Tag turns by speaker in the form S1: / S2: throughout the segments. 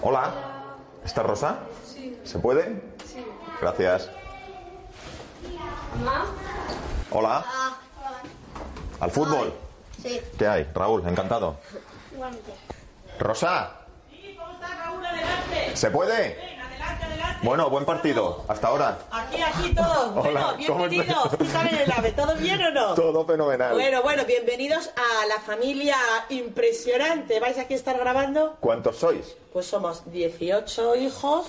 S1: Hola, ¿está Rosa? Sí. ¿Se puede? Sí. Gracias. Hola. ¿Al fútbol?
S2: Sí,
S1: ¿Qué hay? Raúl, encantado.
S2: igualmente.
S1: ¿Rosa? ¿Se puede? Bueno, buen partido. Hasta ahora.
S3: Aquí, aquí todos.
S1: Hola, ¿cómo
S3: bueno, bienvenidos.
S1: estás?
S3: ¿Qué tal en el AVE? ¿Todo bien o no?
S1: Todo fenomenal.
S3: Bueno, bueno, bienvenidos a la familia impresionante. ¿Vais aquí a estar grabando?
S1: ¿Cuántos sois?
S3: Pues somos 18 hijos,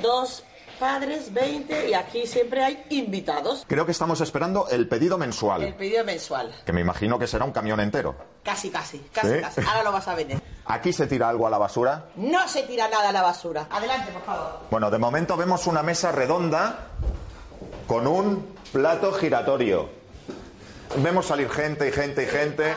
S3: dos padres, 20 y aquí siempre hay invitados.
S1: Creo que estamos esperando el pedido
S3: El
S1: mensual,
S3: pedido mensual.
S1: que me imagino que será un camión entero.
S3: Casi, casi, casi,
S1: ¿Sí?
S3: casi. Ahora lo vas a vender.
S1: ¿Aquí se tira algo a la basura?
S3: No se tira nada a la basura. Adelante, por favor.
S1: Bueno, de momento vemos una mesa redonda con un plato giratorio. Vemos salir gente y gente y gente.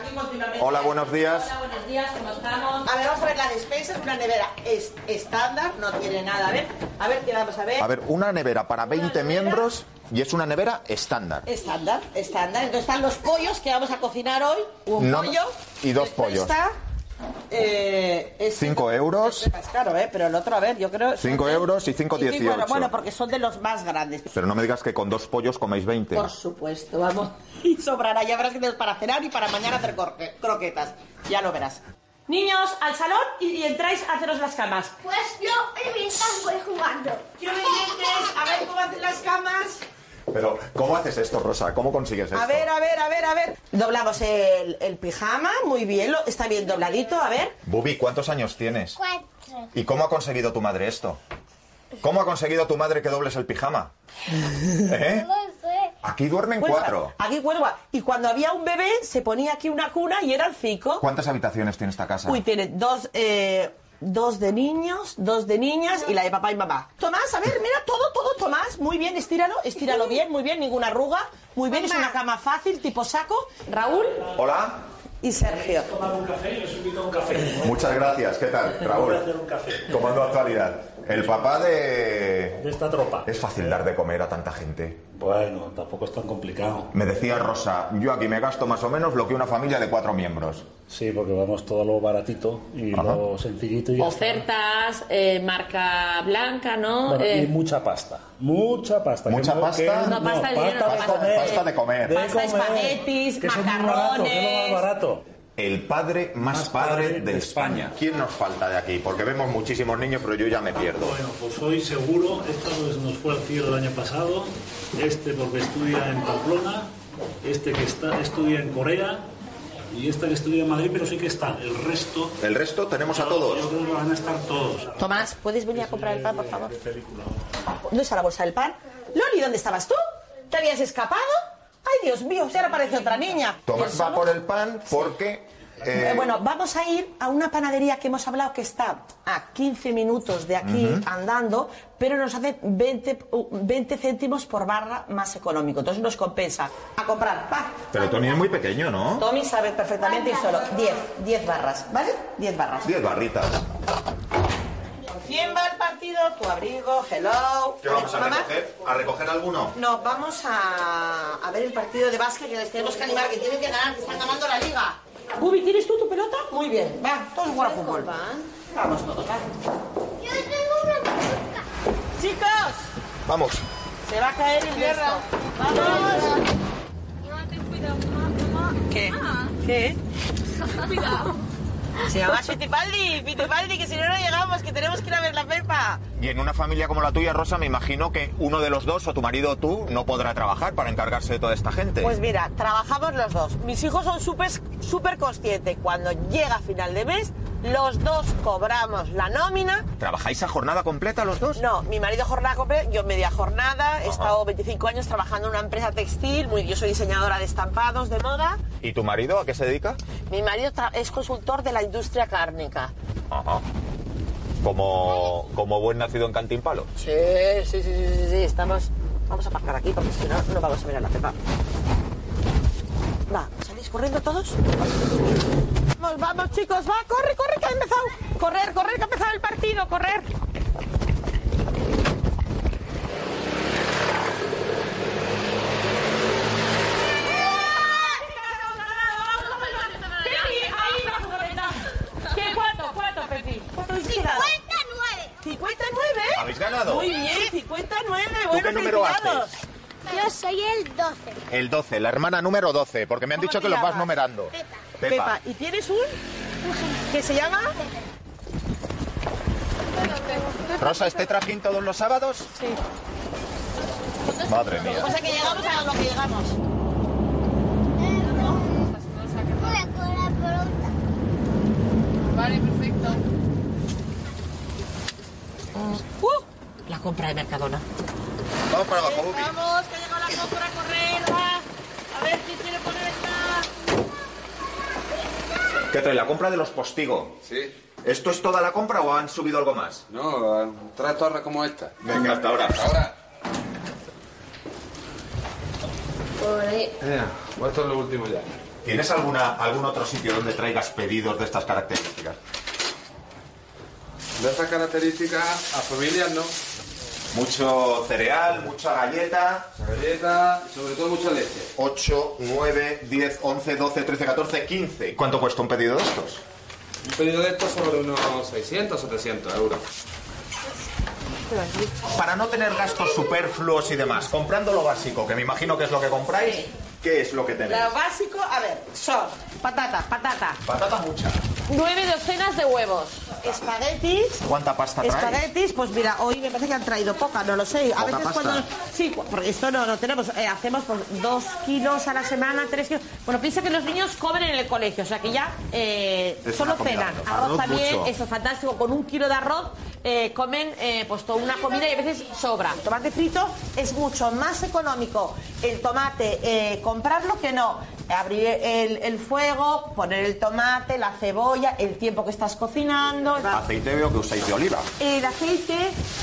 S1: Hola, buenos días.
S3: buenos días, ¿cómo estamos? A ver, vamos a ver la despensa. Es una nevera es estándar, no tiene nada. A ver, a ver, ¿qué vamos a ver?
S1: A ver, una nevera para 20 miembros y es una nevera estándar.
S3: Estándar, estándar. Entonces están los pollos que vamos a cocinar hoy. Un
S1: No,
S3: pollo.
S1: y dos
S3: Después
S1: pollos.
S3: Está, eh, es-
S1: Cinco euros.
S3: Es más caro, ¿eh? Pero el otro, a ver, yo creo...
S1: Cinco euros y cinco
S3: cinco euros,
S1: dieciocho.
S3: Bueno, porque son de los más grandes.
S1: Pero no me digas que con dos pollos coméis 20.
S3: Por supuesto, vamos. Y sobrará, ya verás que tenemos para cenar y para mañana hacer corte- croquetas. Ya lo verás.
S4: Niños, al salón y, y entráis a haceros las camas.
S2: Pues yo en mientras voy jugando.
S3: Quiero decirles, a ver cómo hacen las camas.
S1: Pero, ¿cómo haces esto, Rosa? ¿Cómo consigues esto?
S3: A ver, a ver, a ver, a ver. Doblamos el, el pijama, muy bien, lo, está bien dobladito, a ver.
S1: Bubi, ¿cuántos años tienes?
S2: Cuatro.
S1: ¿Y cómo ha conseguido tu madre esto? ¿Cómo ha conseguido tu madre que dobles el pijama? ¿Eh?
S2: No sé.
S1: Aquí duermen
S3: Huelva.
S1: cuatro.
S3: Aquí huelva. Y cuando había un bebé, se ponía aquí una cuna y eran cinco.
S1: ¿Cuántas habitaciones tiene esta casa?
S3: Uy, tiene dos, eh, dos de niños, dos de niñas y la de papá y mamá. Tomás, a ver, mira, todo, todo, Tomás. Muy bien, estíralo, estíralo bien, muy bien, ninguna arruga. Muy bien, es una cama fácil, tipo saco. Raúl
S1: Hola.
S3: y Sergio.
S1: Muchas gracias. ¿Qué tal, Raúl? Comando actualidad. El papá de...
S5: de esta tropa.
S1: Es fácil dar de comer a tanta gente.
S5: Bueno, tampoco es tan complicado.
S1: Me decía Rosa, yo aquí me gasto más o menos lo que una familia de cuatro miembros.
S5: Sí, porque vamos todo lo baratito y
S1: Ajá.
S5: lo sencillito y ya está.
S6: Ofertas, eh, marca blanca, ¿no?
S5: Bueno,
S6: Eh,
S5: y mucha pasta. Mucha pasta.
S1: ¿Mucha
S5: no-
S1: pasta?
S6: No, pasta de dinero, pasta
S1: de- pasta de comer.
S6: pasta, espaguetis,
S5: que son muy baratos, que es lo más barato.
S1: El padre más
S5: Más
S1: padre
S5: padre
S1: de
S5: de
S1: España.
S5: España.
S1: ¿Quién nos falta de aquí? Porque vemos muchísimos niños, pero yo ya me pierdo.
S7: Bueno, pues hoy seguro, esta pues nos fue al cielo el año pasado, este porque estudia en Pamplona, este que está, estudia en Corea y esta que estudia en Madrid, pero sí que está. El resto,
S1: El resto tenemos a
S7: yo
S1: todos.
S7: creo que van a estar todos.
S3: Tomás, ¿puedes venir a comprar el pan, por favor?
S7: De película.
S3: ¿Dónde está la bolsa del pan? Loli, ¿dónde estabas tú? ¿Te habías escapado? Ay, Dios mío, se ahora aparece otra niña. ¿Y
S1: Tomás
S3: el
S1: va
S3: solo?
S1: por el pan porque... eh,
S3: Eh, bueno, vamos a ir a una panadería que hemos hablado que está a 15 minutos de aquí andando, pero nos hace 20, u- 20 céntimos por barra más económico. Entonces nos compensa. A comprar, va.
S1: Pero Tony es muy pequeño, ¿no?
S3: Tommy sabe perfectamente ir solo. 10, 10 barras, ¿vale? 10 barras.
S1: Diez barritas.
S3: ¿Quién va al partido? Tu abrigo, hello.
S1: ¿Qué vamos a
S3: Mamá,
S1: recoger? ¿A recoger alguno?
S3: No, vamos a, a ver el partido de básquet que les tenemos que animar, que tienen que ganar, que están ganando la liga. Bubi, ¿tienes tú tu pelota? Muy bien, va, todos jugar a fútbol. Vamos todos, va.
S2: Yo tengo una pregunta.
S3: Chicos,
S1: Vamos.
S3: se va a caer el hierro. Vamos. ¿Qué? ¿Qué? Cuidado. Se llama Fitipaldi, Fitipaldi, que si no, no llegamos, que tenemos que ir a ver la pepa.
S1: Y en una familia como la tuya, Rosa, me imagino que uno de los dos, o tu marido o tú, no podrá trabajar para encargarse de toda esta gente.
S3: Pues mira, trabajamos los dos. Mis hijos son súper súper conscientes. Cuando llega final de mes, los dos cobramos la nómina.
S1: ¿Trabajáis a jornada completa los dos?
S3: No, mi marido jornada completa, yo media jornada. He estado 25 años trabajando en una empresa textil. Muy, yo soy diseñadora de estampados, de moda.
S1: ¿Y tu marido a qué se dedica?
S3: Mi marido tra- es consultor de la industria cárnica.
S1: Ajá. Como, como buen nacido en Cantimpalo.
S3: Sí, sí, sí, sí, sí, sí, estamos... Vamos a aparcar aquí porque si no, no vamos a mirar la cepa. Va, ¿salís corriendo todos? Vamos, vamos, chicos, va, corre, corre, que ha empezado. Correr, correr, que ha empezado el partido, correr.
S4: Pepi, ahí está tu boleta. ¿Qué, ¿Cuánto? ¿Cuánto, Pepi? ¿Cuánto
S3: Pues
S4: dices que era?
S2: 59.
S3: 59.
S1: ¿Habéis ganado?
S3: ¿eh? Muy bien, 59.
S1: ¿Tú
S3: Bueno,
S1: qué número
S3: felicidades.
S1: haces?
S2: Yo soy el 12.
S1: El 12, la hermana número 12, porque me han
S3: ¿Cómo
S1: dicho
S3: te
S1: que los vas
S3: llamas?
S1: numerando.
S2: Pepa.
S3: Pepa, ¿y tienes un que se llama?
S1: Rosa, ¿este trajín todos los sábados? Sí. Madre mía.
S3: O sea que llegamos a lo que llegamos.
S2: Una cola pronta.
S3: La compra de Mercadona.
S1: Vamos para abajo, Bubi.
S3: Vamos, que ha llegado la compra a correr, va. A ver quién quiere poner esta.
S1: ¿Qué trae? La compra de los postigo.
S8: Sí.
S1: ¿Esto es toda la compra o han subido algo más?
S8: No, tres torres como esta.
S1: Venga, hasta ahora.
S8: Ahora. Mira, pues esto es lo último ya.
S1: ¿Tienes alguna, algún otro sitio donde traigas pedidos de estas características?
S8: De estas características, a familias no.
S1: Mucho cereal, mucha galleta.
S8: Galleta, sobre todo mucha leche.
S1: 8, 9, 10, 11, 12, 13, 14, 15. ¿Cuánto cuesta un pedido de estos?
S8: Un pedido de estos sobre unos 600, 700 euros.
S1: Para no tener gastos superfluos y demás, comprando lo básico, que me imagino que es lo que compráis, ¿qué es lo que tenéis?
S3: Lo básico, a ver, son patatas, patata,
S1: Patata mucha.
S6: Nueve docenas de huevos.
S3: espaguetis.
S1: ¿Cuánta pasta traes?
S3: Espaguetis, pues mira, hoy me parece que han traído poca, no lo sé. A
S1: Poca
S3: veces
S1: pasta.
S3: cuando. Sí, cu- porque esto no lo tenemos. eh, hacemos pues, dos kilos a la semana, tres kilos.
S4: Bueno, piensa que los niños comen en el colegio, o sea que ya eh,
S1: Es
S4: solo
S1: una comida,
S4: cenan.
S1: bueno,
S4: Arroz,
S1: arroz
S4: también,
S1: mucho.
S4: eso es fantástico. Con un kilo de arroz eh, comen eh, pues toda una comida y a veces sobra.
S3: Tomate frito es mucho más económico el tomate eh, comprarlo que no. Abrir el, el fuego, poner el tomate, la cebolla, el tiempo que estás cocinando.
S1: Aceite veo que usáis de oliva.
S3: El aceite,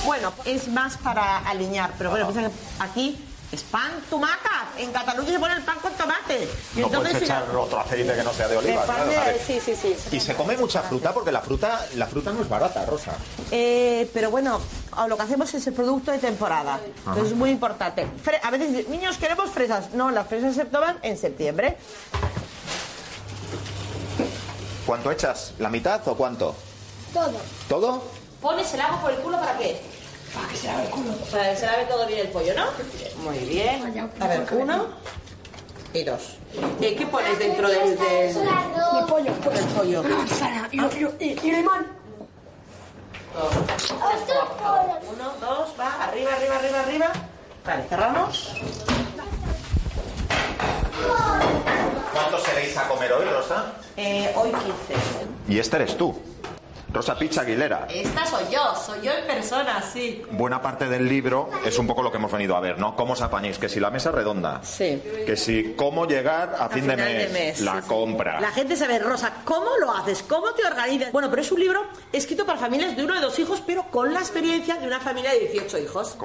S3: bueno, es más para alinear, pero bueno, piensa que aquí es pan, tumaca. En Cataluña se pone el pan con tomate. Y
S1: No puedes
S3: si
S1: echar otro aceite que no sea de oliva.
S3: el pan
S1: claro,
S3: de-
S1: vale.
S3: sí, sí, sí.
S1: Y se come mucha fruta porque la fruta, la fruta no es barata, Rosa.
S3: Eh, pero bueno, a lo que hacemos es el producto de temporada. Entonces es muy importante. Fre- a veces, dicen, niños, queremos fresas. No, las fresas se toman en septiembre.
S1: ¿Cuánto echas? ¿La mitad o cuánto?
S2: Todo.
S1: ¿Todo?
S4: ¿Pones el agua por el culo para qué? Para que se lave el culo. Para que se lave todo bien el pollo, ¿no?
S3: Muy bien. A ver, uno y dos.
S4: Eh, ¿Qué pones dentro del...? del-
S2: Son las dos.
S3: El pollo.
S2: Otro pollo.
S3: Uno, dos, va, arriba, arriba, arriba, arriba. Vale, cerramos.
S1: ¿Cuánto seréis a comer hoy, Rosa?
S3: Eh, hoy 15.
S1: Y esta eres tú. Rosa Picha Aguilera.
S6: Esta soy yo, soy yo en persona, sí.
S1: Buena parte del libro es un poco lo que hemos venido a ver, ¿no? Cómo os apañéis, que si la mesa redonda,
S6: Sí.
S1: que si cómo llegar a, fin de
S3: final
S1: mes,
S3: de mes,
S1: la
S3: sí, sí.
S1: compra.
S3: La gente sabe, Rosa, ¿cómo lo haces? ¿Cómo te organizas? Bueno, pero es un libro escrito para familias de uno de dos hijos, pero con la experiencia de una familia de 18 hijos.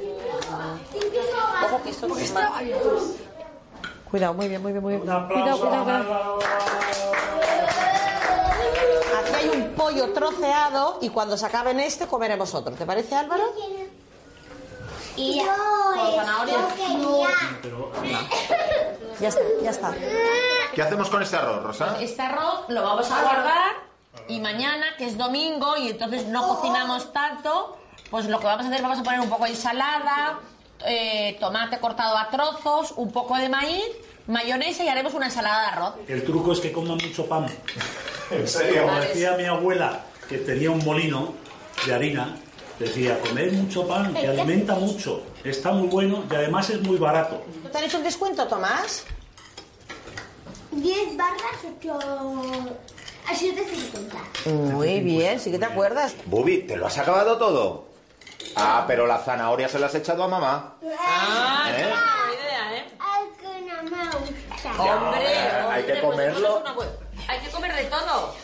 S3: Cuidado, muy bien, muy bien, muy bien.
S6: Cuidado, cuidado, cuidado.
S3: Aquí hay un pollo troceado y cuando se acaben este comeremos otro. ¿Te parece, Álvaro?
S2: Y yo esto quería.
S3: Ya está, ya está.
S1: ¿Qué hacemos con este arroz, Rosa?
S6: Este arroz lo vamos a guardar y mañana, que es domingo y entonces no cocinamos tanto, pues lo que vamos a hacer, vamos a poner un poco de ensalada, eh, tomate cortado a trozos, un poco de maíz, mayonesa y haremos una ensalada de arroz.
S7: El truco es que coma mucho pan.
S1: ¿En serio?
S7: Como decía mi abuela, que tenía un molino de harina, Decía, comer mucho pan, que alimenta mucho, está muy bueno y además es muy barato.
S3: ¿No te han hecho un descuento, Tomás?
S2: 10 barras Ah, 8 a 750.
S3: Mm, Muy bien, sí que te acuerdas.
S1: Bubi, ¿te lo has acabado todo? Ah, pero la zanahoria se la has echado a mamá.
S6: Ah,
S1: ¿Eh?
S6: qué buena idea, ¿eh?
S2: Al que no me gusta.
S1: Ya,
S6: Hombre,
S1: eh, hay
S6: hombre,
S1: que
S6: pues eso no
S1: comerlo.
S6: es una buen- Hay que comer de todo.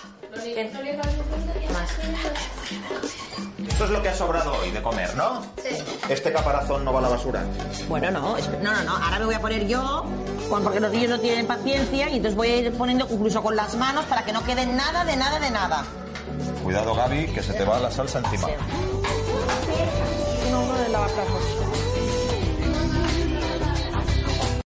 S1: Esto es lo que ha sobrado hoy de comer, ¿no? Este caparazón no va a la basura.
S3: Bueno, no, esp- no, no, no, ahora me voy a poner yo, con- porque los niños no tienen paciencia, y entonces voy a ir poniendo incluso con las manos para que no quede nada de nada de nada.
S1: Cuidado, Gaby, que se te va la salsa encima.
S3: No, uno de lavaplatos.